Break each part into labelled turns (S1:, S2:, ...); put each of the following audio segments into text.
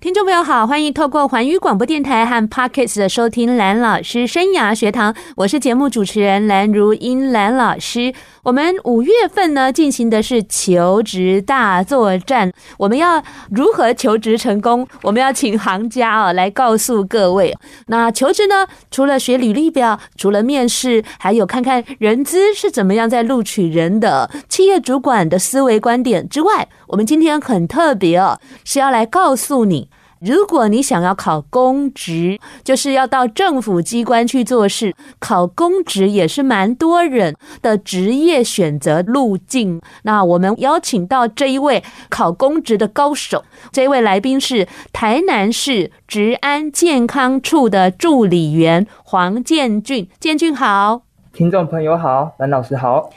S1: 听众朋友好，欢迎透过环宇广播电台和 Pockets 的收听蓝老师生涯学堂，我是节目主持人蓝如英蓝老师。我们五月份呢进行的是求职大作战，我们要如何求职成功？我们要请行家哦来告诉各位。那求职呢，除了学履历表，除了面试，还有看看人资是怎么样在录取人的，企业主管的思维观点之外，我们今天很特别哦，是要来告诉你。如果你想要考公职，就是要到政府机关去做事，考公职也是蛮多人的职业选择路径。那我们邀请到这一位考公职的高手，这位来宾是台南市治安健康处的助理员黄建俊，建俊好。
S2: 听众朋友好，蓝老师好。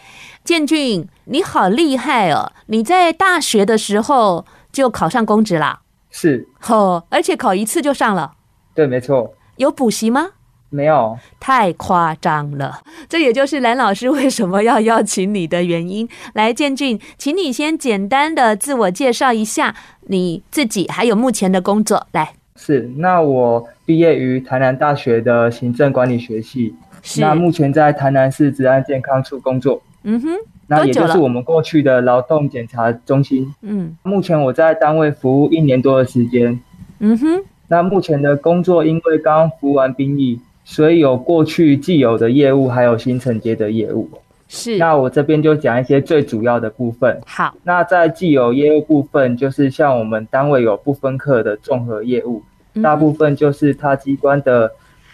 S1: 建俊，你好厉害哦！你在大学的时候就考上公职啦？
S2: 是，
S1: 哦，而且考一次就上了，
S2: 对，没错，
S1: 有补习吗？
S2: 没有，
S1: 太夸张了，这也就是蓝老师为什么要邀请你的原因。来，建俊，请你先简单的自我介绍一下你自己，还有目前的工作。来，
S2: 是。那我毕业于台南大学的行政管理学系，
S1: 是，
S2: 那目前在台南市治安健康处工作，
S1: 嗯哼，
S2: 那也
S1: 多久
S2: 就是
S1: 了？
S2: 我们过去的劳动检查中心。
S1: 嗯
S2: 目前我在单位服务一年多的时间，
S1: 嗯哼，
S2: 那目前的工作因为刚服完兵役，所以有过去既有的业务，还有新承接的业务。
S1: 是，
S2: 那我这边就讲一些最主要的部分。
S1: 好，
S2: 那在既有业务部分，就是像我们单位有不分科的综合业务，
S1: 嗯
S2: 大部分就是他机关的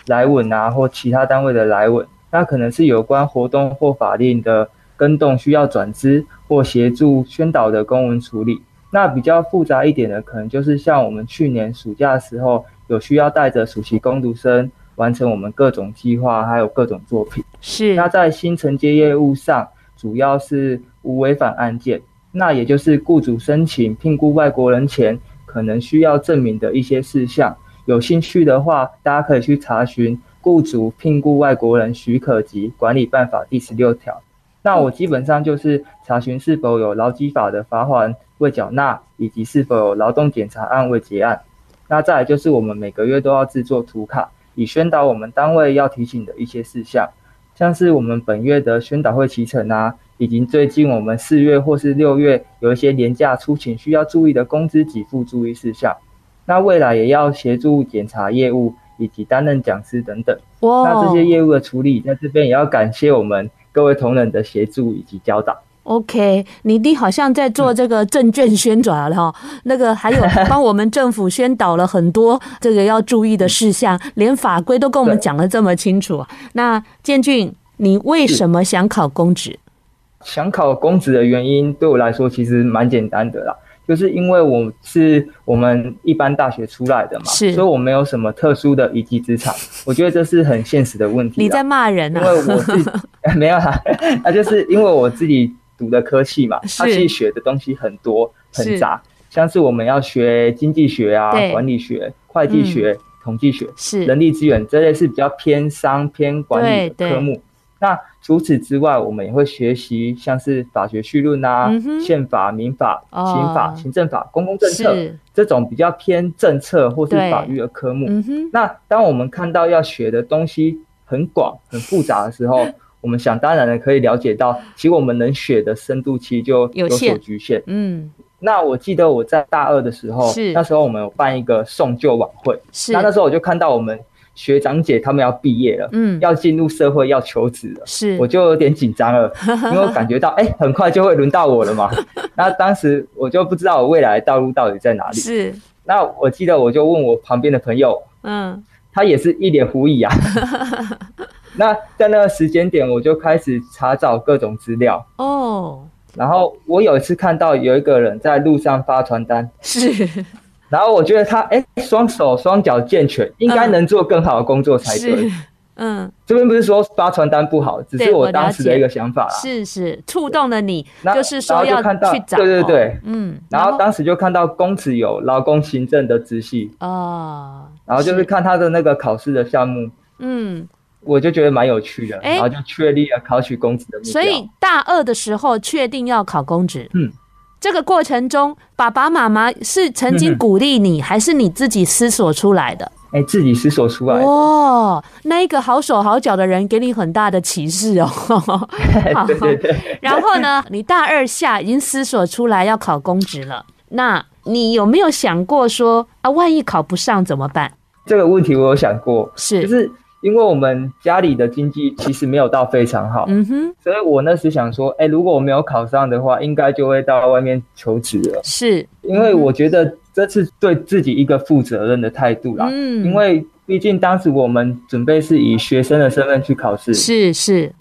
S2: 来稳啊，或其他单位的来稳，那可能是有关活动或法令的跟动需要转资或协助宣导的公文处理。那比较复杂一点的，可能就是像我们去年暑假的时候，有需要带着暑期工读生完成我们各种计划，还有各种作品。
S1: 是，
S2: 那在新承接业务上，主要是无违反案件，那也就是雇主申请聘雇外国人前可能需要证明的一些事项。有兴趣的话，大家可以去查询《雇主聘雇外国人许可及管理办法》第十六条。那我基本上就是查询是否有劳基法的罚款未缴纳，以及是否有劳动检查案未结案。那再来就是我们每个月都要制作图卡，以宣导我们单位要提醒的一些事项。像是我们本月的宣导会启程啊，以及最近我们四月或是六月有一些廉价出勤需要注意的工资给付注意事项。那未来也要协助检查业务以及担任讲师等等。
S1: 哇
S2: 那这些业务的处理，在这边也要感谢我们各位同仁的协助以及教导。
S1: OK，你弟好像在做这个证券宣传了哈、
S2: 嗯
S1: 那个还有帮我们政府宣导了很多这个要注意的事项，连法规都跟我们
S2: 对
S1: 讲的这么清楚。啊那建俊，你为什么想考公职？
S2: 想考公职的原因对我来说其实蛮简单的啦，就是因为我是我们一般大学出来的嘛，
S1: 是
S2: 所以我没有什么特殊的一技之长，我觉得这是很现实的问题啦。
S1: 你在骂人
S2: 因
S1: 啊？
S2: 为我 自己没有啦，啊，就是因为我自己读的科系嘛，
S1: 是
S2: 它其实学的东西很多
S1: 是
S2: 很杂，像是我们要学经济学啊
S1: 对、嗯
S2: 管理学、会计学、统计学、人
S1: 是
S2: 力资源这类是比较偏商偏管
S1: 对
S2: 理的
S1: 对
S2: 科目。那除此之外，我们也会学习像是法学绪论啊
S1: 嗯哼、
S2: 宪法、民法、
S1: 哦
S2: 刑法、行政法、公共政策
S1: 是，
S2: 这种比较偏政策或是
S1: 对
S2: 法律的科目。
S1: 嗯哼，
S2: 那当我们看到要学的东西很广、很复杂的 时候，我们想当然的可以了解到，其实我们能学的深度其实就
S1: 有
S2: 有
S1: 限
S2: 所局限。
S1: 嗯，
S2: 那我记得我在大二的时候
S1: 是，
S2: 那时候我们有办一个送旧晚会，
S1: 是
S2: 那，那时候我就看到我们学长姐他们要毕业了，
S1: 嗯，
S2: 要进入社会要求职了。
S1: 是
S2: 我就有点紧张 了，因为我感觉到，哎、很快就会轮到我了嘛。那当时我就不知道我未来的道路到底在哪里。
S1: 是，
S2: 那我记得我就问我旁边的朋友，
S1: 嗯，
S2: 他也是一脸 狐疑啊。那在那个时间点，我就开始查找各种资料，
S1: 哦，
S2: 然后我有一次看到有一个人在路上发传单，
S1: 是
S2: 然后我觉得他哎，诶双手双脚健全，应该能做更好的工作才对。
S1: 是，嗯，
S2: 这边不是说发传单不好，只
S1: 对
S2: 是
S1: 我
S2: 我
S1: 了
S2: 当时的
S1: 解
S2: 一个想法啦。
S1: 是是，触动了你，
S2: 那
S1: 就是说
S2: 然后就
S1: 要
S2: 看到
S1: 去找，
S2: 对对对
S1: 嗯，
S2: 然后当时就看到公职有劳工行政的直系，
S1: 哦，
S2: 然后就是看他的那个考试的项目，
S1: 嗯，
S2: 我就觉得蛮有趣的，
S1: 哎
S2: 然后就确立了考取公职的目标。
S1: 所以大二的时候确定要考公职，
S2: 嗯，
S1: 这个过程中，爸爸妈妈是曾经
S2: 嗯哼
S1: 鼓励你，还是你自己思索出来的？
S2: 哎、自己思索出来的，
S1: 哦哇，那一个好手好脚的人给你很大的启示哦。
S2: 对对对，
S1: 然后呢，你大二下已经思索出来要考公职了，那你有没有想过说啊，万一考不上怎么办？
S2: 这个问题我有想过，
S1: 是，
S2: 就是因为我们家里的经济其实没有到非常好，
S1: 嗯哼，
S2: 所以我那时想说，哎、如果我没有考上的话，应该就会到外面求职了，
S1: 是，
S2: 因为我觉得这是对自己一个负责任的态度啦，
S1: 嗯，
S2: 啊因为毕竟当时我们准备是以学生的身份去考试，
S1: 是是，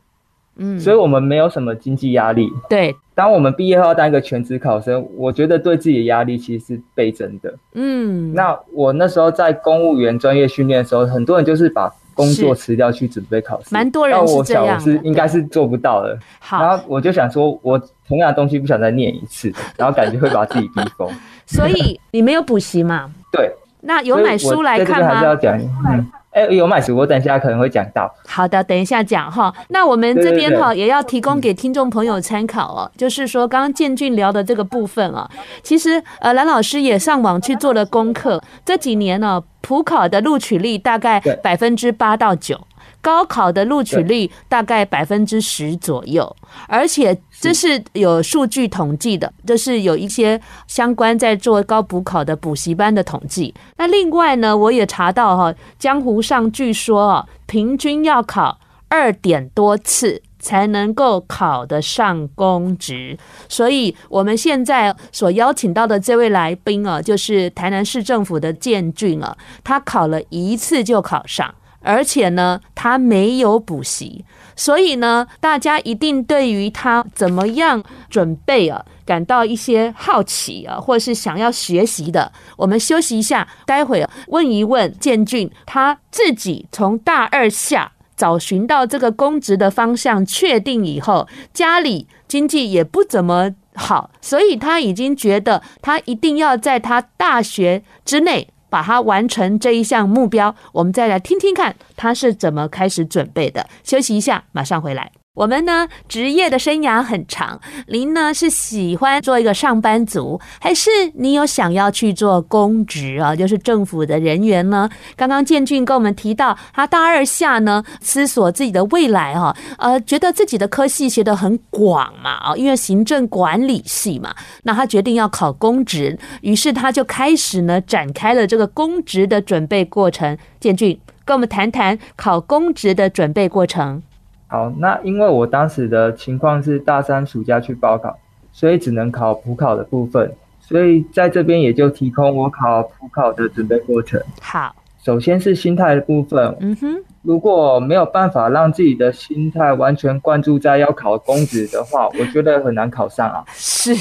S1: 嗯，
S2: 所以我们没有什么经济压力。
S1: 对，
S2: 当我们毕业后要当一个全职考生，我觉得对自己的压力其实是倍增的。
S1: 嗯，
S2: 那我那时候在公务员专业训练的时候，很多人就是把工作辞掉去准备考试，
S1: 蛮多人
S2: 那我
S1: 是这样
S2: 想
S1: 的
S2: 我是应该是做不到的。然
S1: 好，
S2: 后我就想说，我同样的东西不想再念一次，然后感觉会把自己逼疯。
S1: 所以你没有补习 嘛？
S2: 对，
S1: 那有买
S2: 所以
S1: 书
S2: 我
S1: 来
S2: 在这
S1: 看
S2: 边还是要
S1: 吗？
S2: 讲，嗯，哎、有买书，我等一下可能会讲到。
S1: 好的，等一下讲哈。那我们这边哈
S2: 对对
S1: 也要提供给听众朋友参考哦，就是说刚刚建俊聊的这个部分啊，其实呃蓝老师也上网去做了功课，这几年呢、普考的录取率大概
S2: 对
S1: 百分之八到九。高考的录取率大概百分之十左右，而且这是有数据统计的，就是有一些相关在做高补考的补习班的统计。那另外呢，我也查到哈、江湖上据说哦，平均要考二点多次才能够考得上公职。所以我们现在所邀请到的这位来宾啊，就是台南市政府的建俊啊，他考了一次就考上。而且呢，他没有补习，所以呢，大家一定对于他怎么样准备啊，感到一些好奇啊，或是想要学习的。我们休息一下，待会儿问一问建俊他自己从大二下找寻到这个公职的方向确定以后，家里经济也不怎么好，所以他已经觉得他一定要在他大学之内把它完成这一项目标。我们再来听听看他是怎么开始准备的。休息一下，马上回来。我们呢，职业的生涯很长。您呢是喜欢做一个上班族，还是你有想要去做公职啊，就是政府的人员呢？刚刚建俊跟我们提到，他大二下呢思索自己的未来哈、呃，觉得自己的科系学得很广嘛，啊，因为行政管理系嘛，那他决定要考公职，于是他就开始呢展开了这个公职的准备过程。建俊，跟我们谈谈考公职的准备过程。
S2: 好，那因为我当时的情况是大三暑假去报考，所以只能考普考的部分，所以在这边也就提供我考普考的准备过程。
S1: 好，
S2: 首先是心态的部分，
S1: 嗯哼，
S2: 如果没有办法让自己的心态完全灌注在要考公职的话，我觉得很难考上啊。
S1: 是，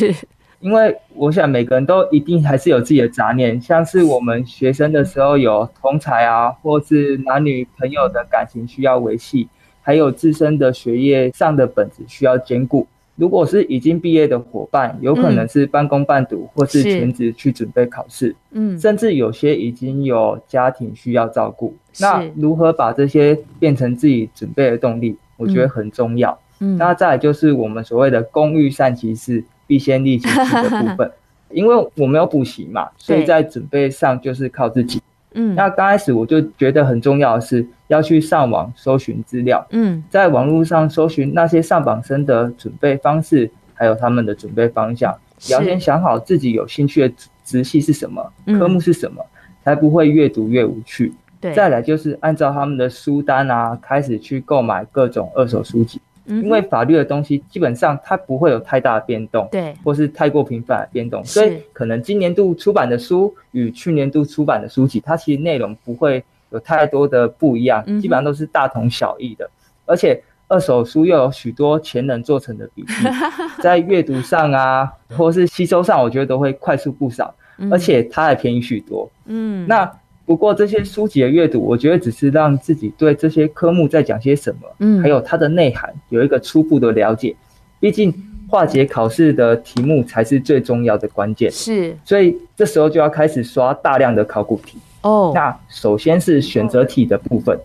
S2: 因为我想每个人都一定还是有自己的杂念，像是我们学生的时候有同才啊，或是男女朋友的感情需要维系，还有自身的学业上的本子需要兼顾。如果是已经毕业的伙伴，有可能是半工半读或是
S1: 是
S2: 全职去准备考试，
S1: 嗯，
S2: 甚至有些已经有家庭需要照顾。
S1: 是
S2: 那如何把这些变成自己准备的动力，我觉得
S1: 嗯
S2: 很重要。
S1: 嗯，
S2: 那再来就是我们所谓的“工欲善其事，必先利其器”的部 分，因为我没有补习嘛，所以在准备上就是靠自己。
S1: 嗯，
S2: 那刚开始我就觉得很重要的是要去上网搜寻资料，
S1: 嗯，
S2: 在网络上搜寻那些上榜生的准备方式，还有他们的准备方向，
S1: 是
S2: 也要先想好自己有兴趣的职职系是什么，
S1: 嗯
S2: 科目是什么，才不会越读越无趣。
S1: 对，
S2: 再来就是按照他们的书单啊，开始去购买各种二手书籍。
S1: 嗯哼
S2: 因为法律的东西基本上它不会有太大的变动，
S1: 对，
S2: 或是太过频繁的变动，
S1: 是
S2: 所以可能今年度出版的书与去年度出版的书籍，它其实内容不会有太多的不一样
S1: 嗯哼，
S2: 基本上都是大同小异的。而且二手书又有许多前人做成的 笔记，在阅读上啊，或是吸收上，我觉得都会快速不少，
S1: 嗯
S2: 而且它还便宜许多。
S1: 嗯，
S2: 那不过这些书籍的阅读，我觉得只是让自己对这些科目在讲些什么，
S1: 嗯
S2: 还有它的内涵有一个初步的了解。毕竟化解考试的题目才是最重要的关键，
S1: 是
S2: 所以这时候就要开始刷大量的考古题。
S1: 哦，
S2: 那首先是选择题的部分，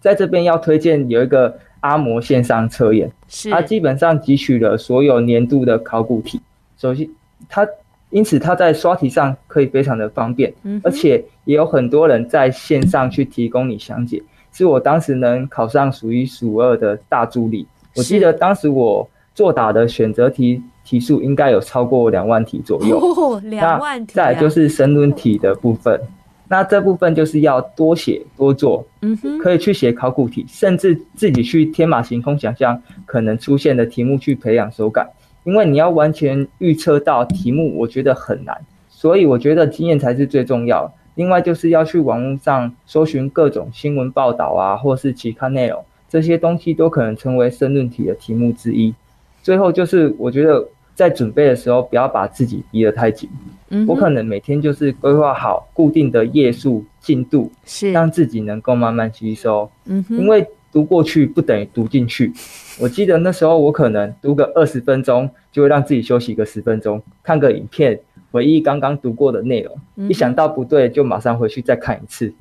S2: 在这边要推荐有一个阿摩线上测验，
S1: 是
S2: 它基本上汲取了所有年度的考古题。首先，它因此它在刷题上可以非常的方便，
S1: 嗯哼
S2: 而且也有很多人在线上去提供你详解，是我当时能考上数一数二的大助力。我记
S1: 是
S2: 得当时我作答的选择题题数应该有超过两万题左右。
S1: 哦，两
S2: 那
S1: 万题啊，
S2: 再来就是申论题的部分，那这部分就是要多写多做，
S1: 嗯哼，
S2: 可以去写考古题，甚至自己去天马行空想象可能出现的题目去培养手感，因为你要完全预测到题目，我觉得很难，所以我觉得经验才是最重要。另外就是要去网络上搜寻各种新闻报道啊，或是期刊内容，这些东西都可能成为申论题的题目之一。最后就是我觉得在准备的时候，不要把自己逼得太紧。
S1: 嗯哼
S2: 我可能每天就是规划好固定的页数进度，
S1: 是，
S2: 让自己能够慢慢吸收。
S1: 嗯
S2: 因
S1: 哼，
S2: 为读过去不等于读进去。我记得那时候我可能读个二十分钟，就会让自己休息个十分钟，看个影片，回忆刚刚读过的内容。
S1: 嗯
S2: 一想到不对，就马上回去再看一次。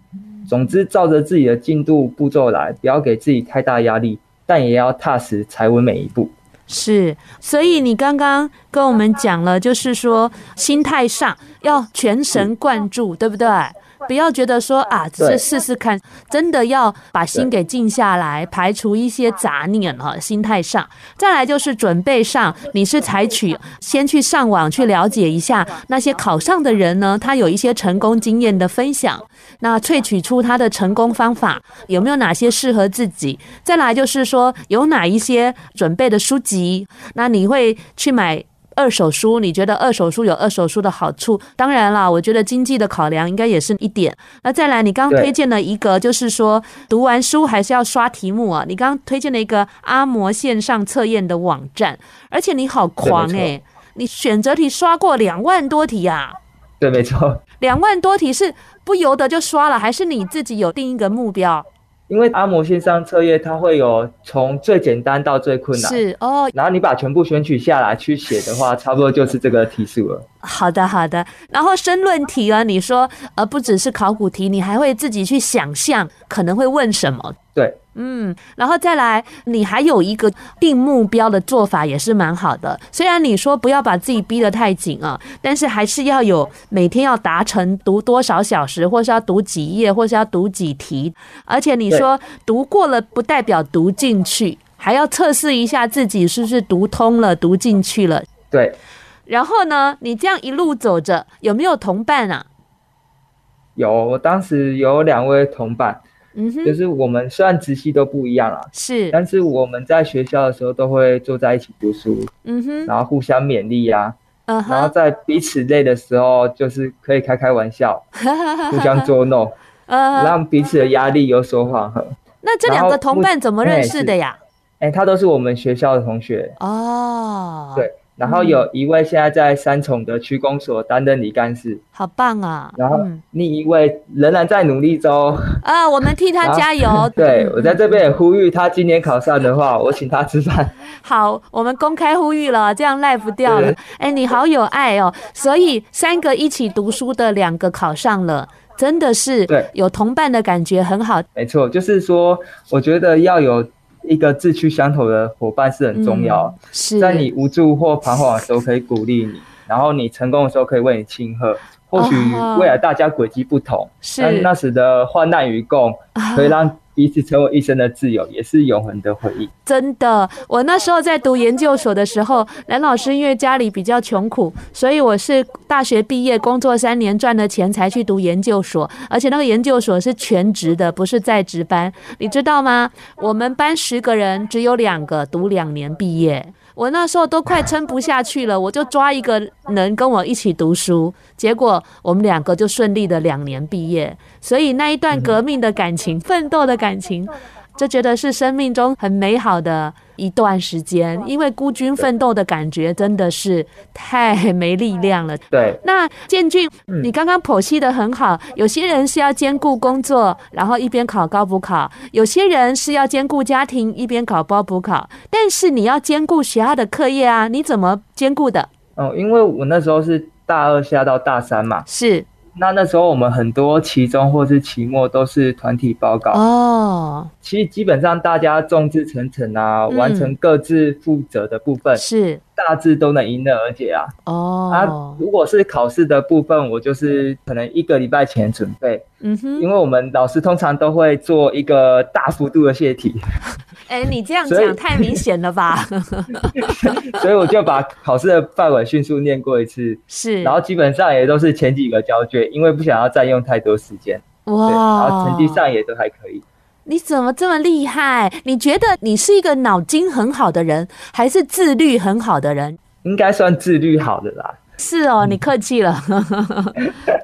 S2: 总之，照着自己的进度步骤来，不要给自己太大压力，但也要踏实踩稳每一步。
S1: 是，所以你刚刚跟我们讲了，就是说心态上要全神贯注，对不对？不要觉得说啊，只是
S2: 对
S1: 试试看，真的要把心给静下来，排除一些杂念哈。心态上，再来就是准备上，你是采取先去上网去了解一下那些考上的人呢，他有一些成功经验的分享，那萃取出他的成功方法，有没有哪些适合自己？再来就是说有哪一些准备的书籍，那你会去买。二手书，你觉得二手书有二手书的好处？当然啦，我觉得经济的考量应该也是一点。那再来，你刚刚
S2: 对
S1: 推荐了一个，就是说读完书还是要刷题目啊。你刚刚推荐了一个阿摩线上测验的网站，而且你好狂
S2: 对
S1: 诶、
S2: 没错
S1: 你选择题刷过两万多题啊呀、
S2: 对，没错。
S1: 两万多题是不由得就刷了，还是你自己有定一个目标？
S2: 因为阿摩线上测验，它会有从最简单到最困难，
S1: 是哦，
S2: 然后你把全部选取下来去写的话，差不多就是这个题数了。
S1: 好的，好的。然后申论题啊，你说呃，不只是考古题，你还会自己去想象可能会问什么。
S2: 对，
S1: 嗯，然后再来，你还有一个定目标的做法也是蛮好的。虽然你说不要把自己逼得太紧啊，但是还是要有每天要达成读多少小时，或是要读几页，或是要读几题。而且你说读过了，不代表读进去，还要测试一下自己是不是读通了、读进去了。
S2: 对，
S1: 然后呢，你这样一路走着，有没有同伴啊？
S2: 有，我当时有两位同伴，
S1: 嗯
S2: 就
S1: 哼，
S2: 是我们虽然直系都不一样啦，
S1: 是，
S2: 但是我们在学校的时候都会坐在一起读书，
S1: 嗯哼，
S2: 然后互相勉励呀、
S1: 嗯
S2: 然后
S1: 哼，
S2: 在彼此累的时候，就是可以开开玩笑，互相捉 弄，
S1: 呃，
S2: 让彼此的压力有所缓和。
S1: 那这两个同伴怎么认识的呀？
S2: 哎，他都是我们学校的同学，
S1: 哦，
S2: 对，然后有一位现在在三重的区公所担任理干事，
S1: 好棒啊！
S2: 然后
S1: 嗯
S2: 另一位仍然在努力中。
S1: 啊，我们替他加油。
S2: 对
S1: 嗯
S2: 我在这边也呼吁他，今年考上的话，我请他吃饭。
S1: 好，我们公开呼吁了，这样赖不掉了
S2: 对。
S1: 哎，你好有爱哦！所以三个一起读书的两个考上了，真的是
S2: 对
S1: 有同伴的感觉很好。
S2: 没错，就是说，我觉得要有一个志趣相投的伙伴是很重要，
S1: 嗯是，
S2: 在你无助或彷徨的时候可以鼓励你，然后你成功的时候可以为你庆贺。或许
S1: 哦
S2: 未来大家轨迹不同，但
S1: 是
S2: 那时的患难与共，可以让彼此成为一生的挚友，也是永恒的回忆。
S1: 真的，我那时候在读研究所的时候，蓝老师因为家里比较穷苦，所以我是大学毕业工作三年赚了钱才去读研究所，而且那个研究所是全职的，不是在职班，你知道吗？我们班十个人只有两个读两年毕业。我那时候都快撑不下去了，我就抓一个人跟我一起读书，结果我们两个就顺利的两年毕业。所以那一段革命的感情、奋斗的感情，就觉得是生命中很美好的一段时间，因为孤军奋斗的感觉真的是太没力量了。
S2: 对，
S1: 那建俊，
S2: 嗯
S1: 你刚刚剖析的很好，有些人是要兼顾工作，然后一边考高补考；有些人是要兼顾家庭，一边考高补考。但是你要兼顾学校的课业啊，你怎么兼顾的？
S2: 嗯，因为我那时候是大二下到大三嘛，
S1: 是
S2: 那那时候我们很多期中或是期末都是团体报告，
S1: 哦，
S2: 其实基本上大家众志成城啊，
S1: 嗯
S2: 完成各自负责的部分，
S1: 是
S2: 大致都能迎刃而解啊。啊
S1: 哦，，
S2: 如果是考试的部分，我就是可能一个礼拜前准备，
S1: 嗯哼，
S2: 因为我们老师通常都会做一个大幅度的 泄题，
S1: 哎，你这样
S2: 所以
S1: 讲太明显了 吧？
S2: 所以我就把考试的范围迅速念过一次，
S1: 是，
S2: 然后基本上也都是前几个交卷，因为不想要占用太多时间，对，
S1: 哦
S2: 然后成绩上也都还可以。
S1: 你怎么这么厉害？你觉得你是一个脑筋很好的人，还是自律很好的人？
S2: 应该算自律好的啦，
S1: 是哦，你客气了，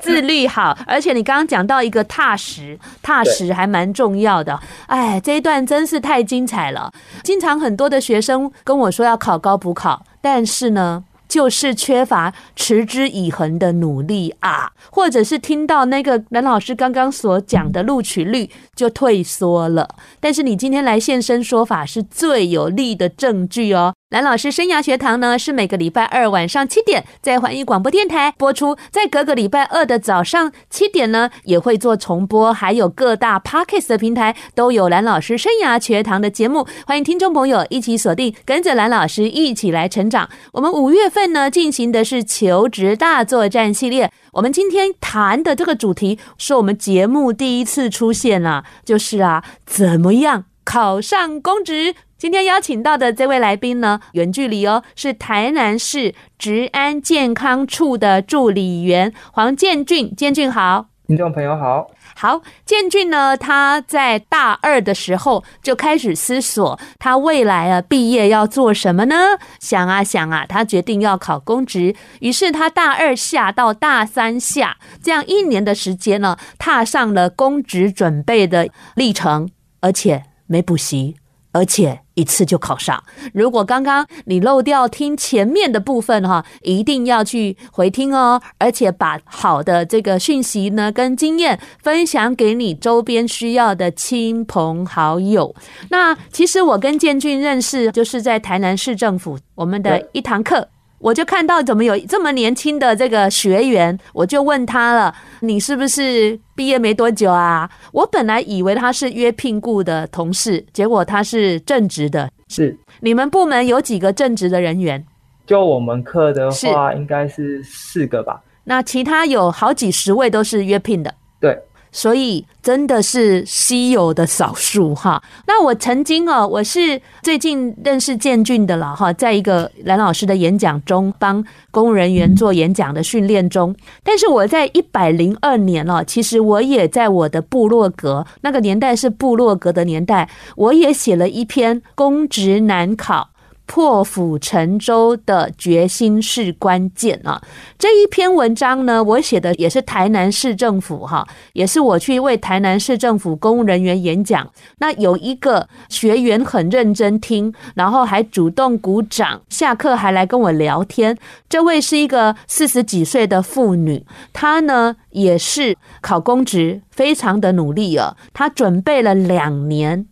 S1: 自律好，而且你刚刚讲到一个踏实，踏实还蛮重要的。哎，这一段真是太精彩了。经常很多的学生跟我说要考高补考，但是呢。就是缺乏持之以恒的努力啊，或者是听到那个蓝老师刚刚所讲的录取率就退缩了。但是你今天来现身说法是最有力的证据哦。蓝老师生涯学堂呢是每个礼拜二晚上七点在环宇广播电台播出，在隔个礼拜二的早上七点呢也会做重播，还有各大 podcast 的平台都有蓝老师生涯学堂的节目，欢迎听众朋友一起锁定，跟着蓝老师一起来成长。我们五月份呢进行的是求职大作战系列，我们今天谈的这个主题是我们节目第一次出现啊，就是啊，怎么样考上公职？今天邀请到的这位来宾呢，远距离哦，是台南市治安健康处的助理员黄建俊，建俊好。
S2: 听众朋友好，
S1: 好，建俊呢，他在大二的时候就开始思索，他未来啊毕业要做什么呢？想啊想啊，他决定要考公职，于是他大二下到大三下这样一年的时间呢，踏上了公职准备的历程，而且没补习，而且一次就考上。如果刚刚你漏掉听前面的部分哈，一定要去回听哦，而且把好的这个讯息呢跟经验分享给你周边需要的亲朋好友。那其实我跟建俊认识就是在台南市政府我们的
S2: 对
S1: 一堂课。我就看到怎么有这么年轻的这个学员，我就问他了：“你是不是毕业没多久啊？”我本来以为他是约聘雇的同事，结果他是正职的，
S2: 是
S1: 你们部门有几个正职的人员？
S2: 就我们课的
S1: 是
S2: 话，应该是四个吧？
S1: 那其他有好几十位都是约聘的，
S2: 对，
S1: 所以真的是稀有的少数哈。那我曾经哦，我是最近认识建俊的了哈，在一个蓝老师的演讲中，帮公务人员做演讲的训练中。但是我在一百零二年哦，其实我也在我的部落格那个年代是部落格的年代，我也写了一篇《公职难考》。破釜沉舟的决心是关键啊！这一篇文章呢，我写的也是台南市政府哈，也是我去为台南市政府公务人员演讲。那有一个学员很认真听，然后还主动鼓掌，下课还来跟我聊天。这位是一个四十几岁的妇女，她呢也是考公职，非常的努力哦，她准备了两年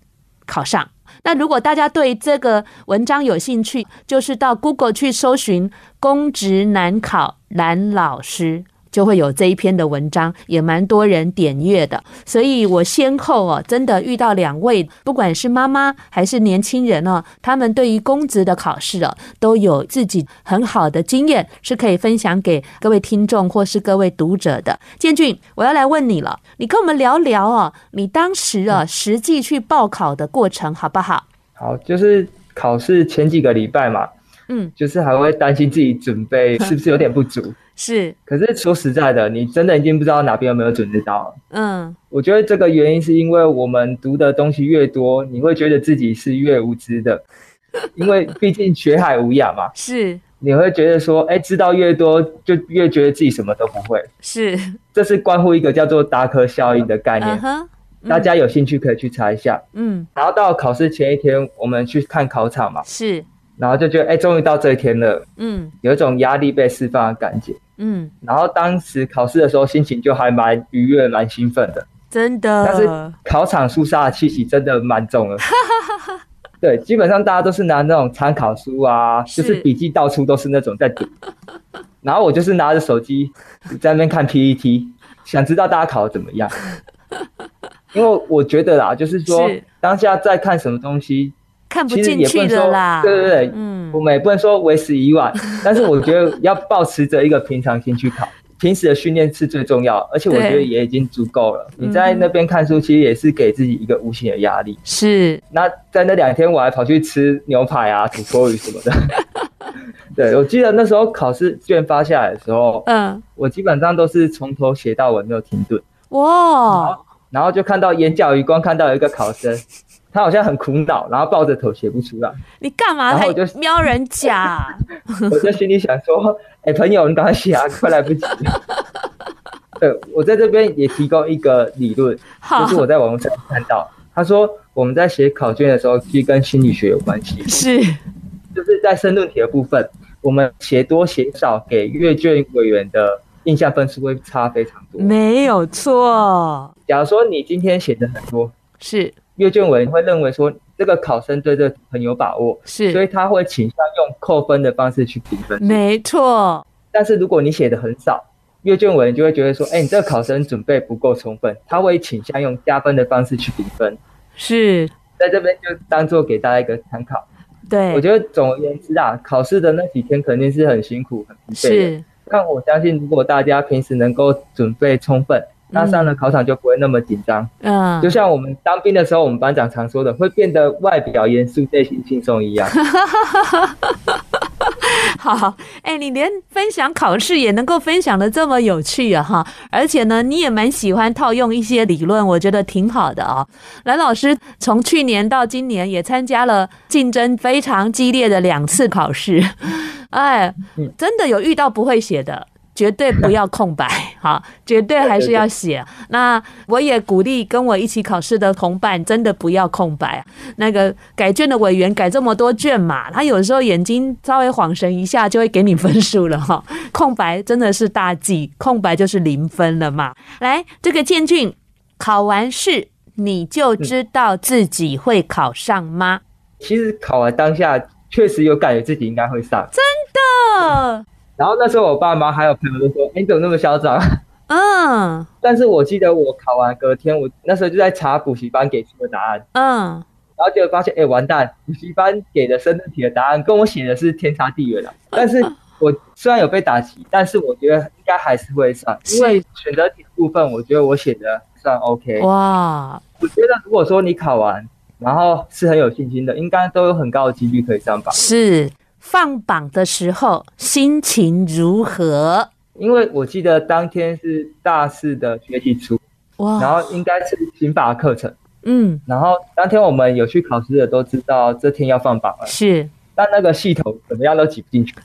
S1: 考上。那如果大家对这个文章有兴趣，就是到 Google 去搜寻“公职难考蓝老师”，就会有这一篇的文章，也蛮多人点阅的。所以我先后哦，真的遇到两位，不管是妈妈还是年轻人哦，他们对于公职的考试哦，都有自己很好的经验，是可以分享给各位听众或是各位读者的。建俊，我要来问你了，你跟我们聊聊哦，你当时啊实际去报考的过程好不好？
S2: 好，就是考试前几个礼拜嘛，
S1: 嗯，
S2: 就是还会担心自己准备是不是有点不足。
S1: 是，
S2: 可是说实在的，你真的已经不知道哪边有没有准备到了。
S1: 嗯，
S2: 我觉得这个原因是因为我们读的东西越多，你会觉得自己是越无知 的，因为毕竟学海无涯嘛，
S1: 是
S2: 你会觉得说，哎，知道越多就越觉得自己什么都不会。
S1: 是，
S2: 这是关乎一个叫做达克效应的概
S1: 嗯
S2: 念，
S1: 哼，
S2: 大家有兴趣可以去查一下。
S1: 嗯，
S2: 然后到考试前一天，我们去看考场嘛，
S1: 是，
S2: 然后就觉得哎，终于到这一天了，
S1: 嗯
S2: 有一种压力被释放的感觉。
S1: 嗯，
S2: 然后当时考试的时候，心情就还蛮愉悦、蛮兴奋的。
S1: 真
S2: 但是
S1: 的，
S2: 考场肃杀的气息真的蛮 重的。对，基本上大家都是拿那种参考书啊，
S1: 是
S2: 就是笔记到处都是那种在读。然后我就是拿着手机在那边看 PET，想知道大家考的怎 么样。因为我觉得啦，就是说
S1: 是
S2: 当下在看什么东西，
S1: 看不
S2: 其实
S1: 进
S2: 也不
S1: 去
S2: 能
S1: 的
S2: 说
S1: 啦，，
S2: 对对对，
S1: 嗯
S2: 我，们也不能说为时已 晚，但是我觉得要保持着一个平常心去考，平时的训练是最重要，而且我
S1: 对
S2: 觉得也已经足够了。
S1: 嗯
S2: 你在那边看书，其实也是给自己一个无形的压力。
S1: 是，
S2: 那在那两天，我还跑去吃牛排啊、土锅鱼什 么的。对，我记得那时候考试卷发下来的时候，
S1: 嗯，
S2: 我基本上都是从头写到尾，没有停顿。
S1: 哇，
S2: 然后就看到眼角余光看到有一个考生，他好像很苦恼，然后抱着头写不出来。
S1: 你干嘛
S2: 然
S1: 还
S2: 后我就
S1: 瞄人家啊？
S2: 我在心里想说，哎、朋友，你赶快写啊，快来不及了。对，我在这边也提供一个理论，
S1: 好
S2: 就，是我在网络上看到，他说我们在写考卷的时候，其实跟心理学有关系，
S1: 是，
S2: 就是在申论题的部分，我们写多写少给阅卷委员的印象分数会差非常多。
S1: 没有错，
S2: 假如说你今天写的很多，
S1: 是
S2: 阅卷委员会认为说这个考生对这个很有把握，所
S1: 是，
S2: 以他会倾向用扣分的方式去评分。
S1: 没错，
S2: 但是如果你写的很少，阅卷委员就会觉得说，哎、你这个考生准备不够充分，他会倾向用加分的方式去评分。
S1: 是，
S2: 在这边就当做给大家一个参考。我
S1: 对，
S2: 觉得总而言之啊，考试的那几天肯定是很辛苦、很疲惫的。
S1: 是，
S2: 但我相信，如果大家平时能够准备充分，那上了考场就不会那么紧张。
S1: 嗯
S2: 就，像我们当兵的时候，我们班长常说的，会变得外表严肃、内心轻松一 样。
S1: 好，哎，你连分享考试也能够分享的这么有趣啊哈！而且呢，你也蛮喜欢套用一些理论，我觉得挺好的哦。蓝老师从去年到今年也参加了竞争非常激烈的两次考试， 哎
S2: 嗯，
S1: 真的有遇到不会写的。绝对不要空白， 哈，绝对还是要写。那我也鼓励跟我一起考试的同伴，真的不要空白。那个改卷的委员改这么多卷嘛，他有时候眼睛稍微晃神一下就会给你分数了哈。 空白真的是大忌，空白就是零分了嘛。来，这个建俊考完试，你就知道自己会考上吗？
S2: 其实考完当下，确实有感觉自己应该会上。
S1: 呃，
S2: 然后那时候我爸妈还有朋友都说：“哎、你怎么那么嚣张？”
S1: 嗯
S2: 但是我记得我考完隔天，我那时候就在查补习班给出的答案，
S1: 嗯，
S2: 然后结果发现，哎、完蛋，补习班给的申论题的答案跟我写的是天差地远了。啊但是我虽然有被打击，但是我觉得应该还是会上，因为选择题的部分，我觉得我写的算 OK。
S1: 哦哇，
S2: 我觉得如果说你考完，然后是很有信心的，应该都有很高的几率可以上榜。
S1: 是放榜的时候心情如何？
S2: 因为我记得当天是大四的学期初，然
S1: 哇，
S2: 后应该是刑法课程。
S1: 嗯，
S2: 然后当天我们有去考试的都知道这天要放榜了，
S1: 是
S2: 但那个系统怎么样都挤不进去。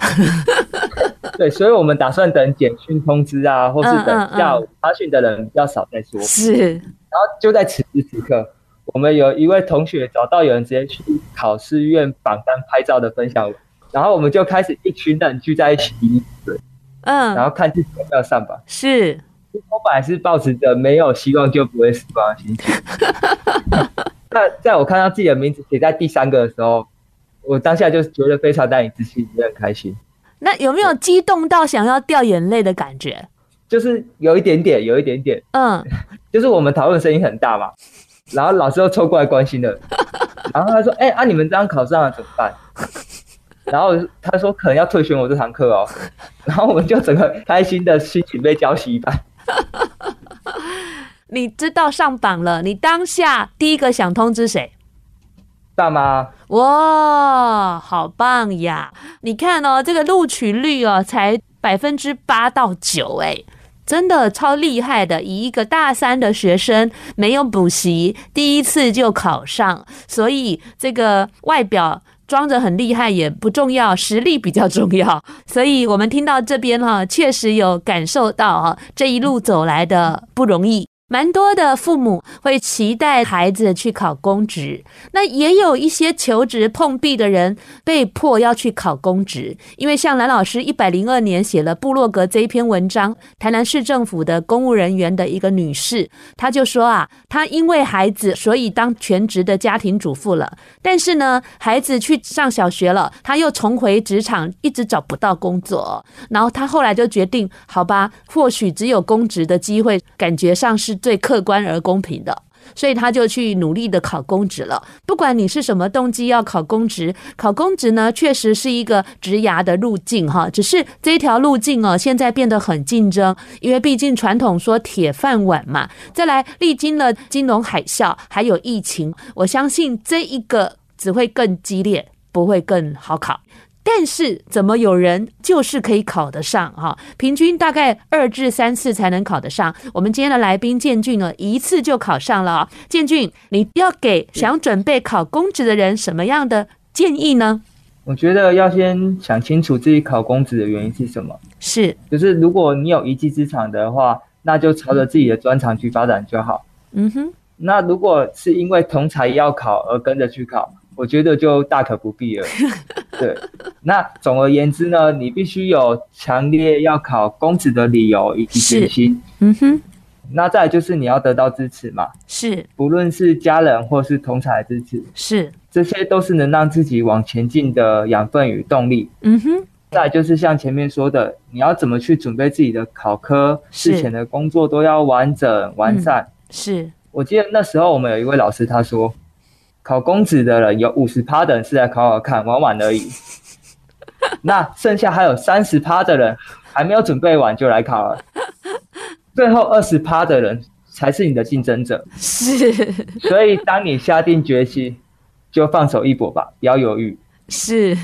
S2: 对，所以我们打算等简讯通知啊，或是
S1: 嗯嗯
S2: 等下午查询的人比较少再说。
S1: 是，
S2: 然后就在此时此刻，我们有一位同学找到有人直接去考试院榜单拍照的分享文，然后我们就开始一群人聚在一起，对，然
S1: 嗯，
S2: 后看自己要不要上榜。
S1: 是。
S2: 我本来是抱持着没有希望就不会死亡的心情。那在我看到自己的名字写在第三个的时候，我当下就觉得非常难以置信，也很开心，
S1: 那有没有激动到想要掉眼泪的感觉？
S2: 就是有一点点，有一点点，
S1: 嗯，
S2: 就是我们讨论声音很大嘛，然后老师又凑过来关心了，然后他说：“哎、啊，你们这样考上了怎么办？”然后他说可能要退选我这堂课哦，然后我们就整个开心的心情被浇熄一半。
S1: 你知道上榜了，你当下第一个想通知谁？
S2: 爸妈
S1: 哇，好棒呀！你看哦，这个录取率哦，才百分之八到九，哎，真的超厉害的。以一个大三的学生没有补习，第一次就考上，所以这个外表。装着很厉害也不重要，实力比较重要。所以我们听到这边哈、确实有感受到哈、这一路走来的不容易。蛮多的父母会期待孩子去考公职，那也有一些求职碰壁的人被迫要去考公职，因为像蓝老师一百零二年写了部落格这一篇文章，台南市政府的公务人员的一个女士，她就说啊，她因为孩子，所以当全职的家庭主妇了，但是呢，孩子去上小学了，她又重回职场，一直找不到工作，然后她后来就决定，好吧，或许只有公职的机会，感觉上是最客观而公平的。所以他就去努力的考公职了。不管你是什么动机要考公职，考公职呢，确实是一个职涯的路径哈。只是这一条路径哦，现在变得很竞争，因为毕竟传统说铁饭碗嘛。再来，历经了金融海啸，还有疫情，我相信这一个只会更激烈，不会更好考。但是怎么有人就是可以考得上哈、平均大概二至三次才能考得上。我们今天的来宾建俊呢，一次就考上了、哦。建俊，你要给想准备考公职的人什么样的建议呢？
S2: 我觉得要先想清楚自己考公职的原因是什么。
S1: 是，
S2: 就是如果你有一技之长的话，那就朝着自己的专长去发展就好。
S1: 嗯哼，
S2: 那如果是因为同才要考而跟着去考，我觉得就大可不必了。对，那总而言之呢，你必须有强烈要考公职的理由以及决心。
S1: 嗯哼，
S2: 那再来就是你要得到支持嘛，
S1: 是
S2: 不论是家人或是同才的支持，
S1: 是，
S2: 这些都是能让自己往前进的养分与动力。
S1: 嗯哼，
S2: 再来就是像前面说的，你要怎么去准备自己的考科，
S1: 是嗯
S2: 事前的工作都要完整完善。
S1: 是
S2: 我记得那时候我们有一位老师，他说，考公职的人有五十趴的人是来考考看，玩玩而已。那剩下还有三十趴的人还没有准备完就来考了，最后二十趴的人才是你的竞争者。
S1: 是
S2: 所以，当你下定决心，就放手一搏吧，不要犹豫。
S1: 是。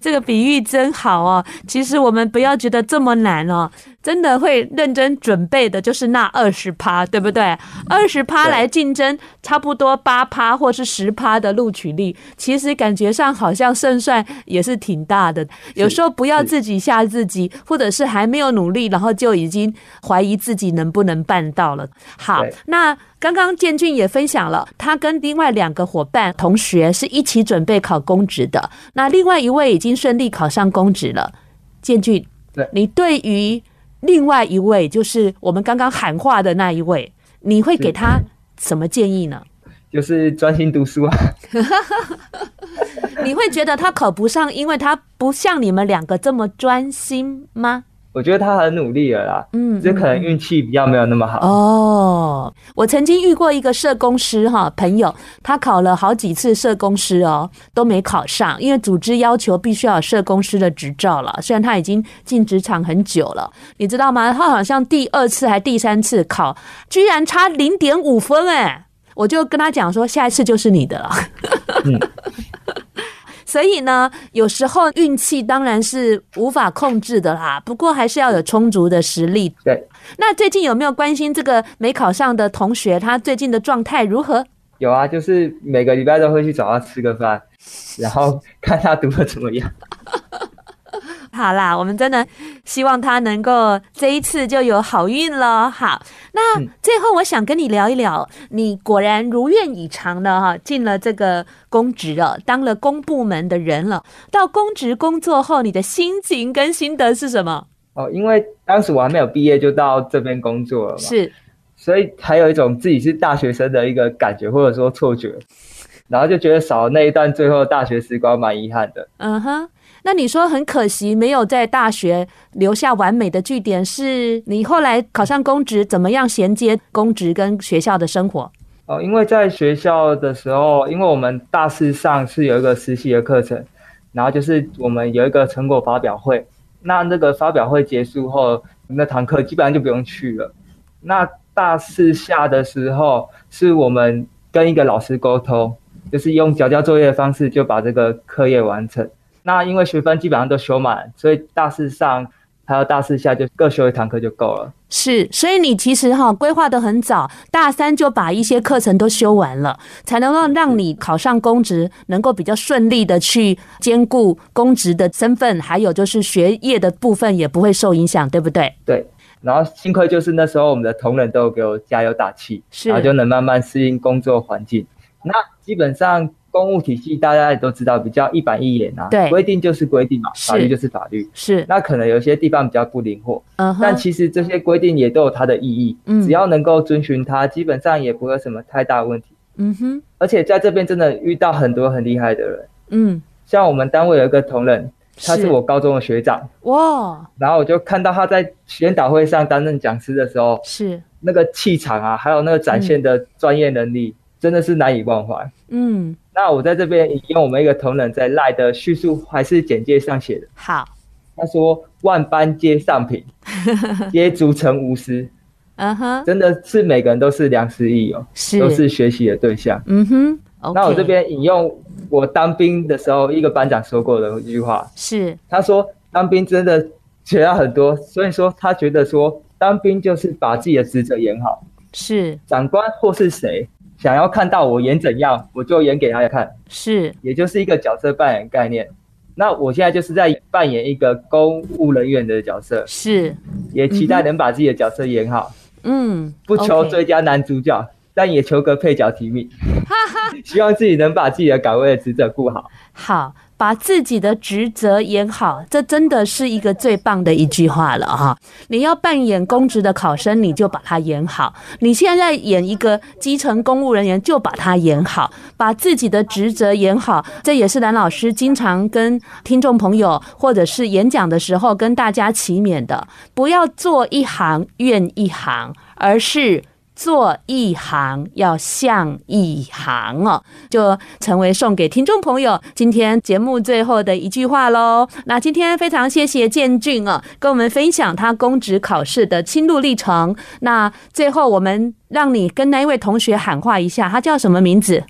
S1: 这个比喻真好哦！其实我们不要觉得这么难哦，真的会认真准备的，就是那二十趴，对不对？二十趴
S2: 对
S1: 来竞争，差不多八趴或是十趴的录取率，其实感觉上好像胜算也是挺大的。有时候不要
S2: 是
S1: 自己吓自己，或者是还没有努力，然后就已经怀疑自己能不能办到了。好
S2: 对，
S1: 那刚刚建俊也分享了，他跟另外两个伙伴同学是一起准备考公职的，那另外一位已经顺利考上公职了。建俊，
S2: 对
S1: 你对于另外一位，就是我们刚刚喊话的那一位，你会给他什么建议呢？
S2: 就是专心读书啊，
S1: 你会觉得他考不上，因为他不像你们两个这么专心吗？
S2: 我觉得他很努力了啦，
S1: 嗯，
S2: 只是可能运气比较没有那么好。
S1: 哦，我曾经遇过一个社工师哈朋友，他考了好几次社工师哦，都没考上，因为组织要求必须要有社工师的执照了。虽然他已经进职场很久了，你知道吗？他好像第二次还第三次考，居然差零点五分哎！ 我就跟他讲说，下一次就是你的了。
S2: 嗯
S1: 所以呢，有时候运气当然是无法控制的啦，不过还是要有充足的实力
S2: 对，
S1: 那最近有没有关心这个没考上的同学，他最近的状态如何？
S2: 有啊，就是每个礼拜都会去找他吃 个饭，然后看他读的怎么样。
S1: 好啦，我们真的希望他能够这一次就有好运了。好，那
S2: 嗯
S1: 最后我想跟你聊一聊，你果然如愿以偿的哈，进了这个公职了，当了公部门的人了。到公职工作后，你的心情跟心得是什么？
S2: 哦，因为当时我还没有毕业就到这边工作了嘛，
S1: 是
S2: 所以还有一种自己是大学生的一个感觉或者说错觉，然后就觉得少了那一段最后的大学时光蛮遗憾的。
S1: 嗯哼，那你说很可惜没有在大学留下完美的据点，是你后来考上公职，怎么样衔接公职跟学校的生活？
S2: 哦，因为在学校的时候，因为我们大四上是有一个实习的课程，然后就是我们有一个成果发表会。那那个发表会结束后，那堂课基本上就不用去了。那大四下的时候，是我们跟一个老师沟通，就是用交交作业的方式就把这个课业完成。那因为学分基本上都修满，所以大四上还有大四下就各修一堂课就够了。
S1: 是，所以你其实哈、规划的很早，大三就把一些课程都修完了，才能够让你考上公职，能够比较顺利的去兼顾公职的身份，还有就是学业的部分也不会受影响，对不对？
S2: 对，然后幸亏就是那时候我们的同仁都有给我加油打气，
S1: 是
S2: 啊然后就能慢慢适应工作环境。那基本上公务体系大家也都知道，比较一板一眼啊，
S1: 对
S2: 规定就是规定嘛，
S1: 是
S2: 法律就是法律。
S1: 是，
S2: 那可能有些地方比较不灵活，
S1: 嗯
S2: 但
S1: 哼，
S2: 其实这些规定也都有它的意义，
S1: 嗯
S2: 只要能够遵循它，基本上也不会有什么太大问题。
S1: 嗯哼，
S2: 而且在这边真的遇到很多很厉害的人，
S1: 嗯，
S2: 像我们单位有一个同仁，他
S1: 是
S2: 是我高中的学长，
S1: 哇，
S2: 然后我就看到他在研讨会上担任讲师的时候，
S1: 是，
S2: 那个气场啊，还有那个展现的专业能力，真的是难以忘怀。
S1: 嗯，
S2: 那我在这边引用我们一个同仁在赖的叙述还是简介上写的，
S1: 好，
S2: 他说：“万般皆 上品，皆足成无私。”
S1: 嗯哼，
S2: 真的是每个人都是良师益友，
S1: 是，
S2: 都是学习的对象。
S1: 嗯哼，OK，
S2: 那我这边引用我当兵的时候一个班长说过的一句话，
S1: 是，
S2: 他说当兵真的学到很多，所以说他觉得说当兵就是把自己的职责演好，
S1: 是，
S2: 长官或是谁想要看到我演怎样，我就演给他看，
S1: 是，
S2: 也就是一个角色扮演概念。那我现在就是在扮演一个公务人员的角色，
S1: 是，
S2: 也期待
S1: 嗯哼
S2: 能把自己的角色演好。
S1: 嗯，
S2: 不求
S1: OK
S2: 最佳男主角但也求个配角提名。希望自己能把自己的岗位的职责顾好。
S1: 好，把自己的职责演好，这真的是一个最棒的一句话了哈。你要扮演公职的考生，你就把它演好；你现在演一个基层公务人员，就把它演好，把自己的职责演好。这也是蓝老师经常跟听众朋友或者是演讲的时候跟大家祈勉的：不要做一行怨一行，而是。做一行要像一行哦，就成为送给听众朋友今天节目最后的一句话喽。那今天非常谢谢建俊哦，跟我们分享他公职考试的心路历程。那最后我们让你跟那一位同学喊话一下，他叫什么名字？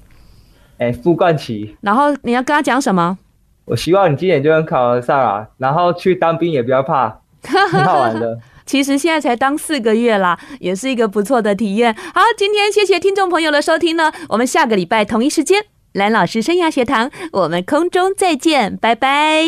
S2: 哎、傅冠奇，
S1: 然后你要跟他讲什么？
S2: 我希望你今年就能考得上啊，然后去当兵也不要怕，很好玩的。
S1: 其实现在才当四个月啦，也是一个不错的体验。好，今天谢谢听众朋友的收听呢，我们下个礼拜同一时间，蓝老师生涯学堂，我们空中再见，拜拜。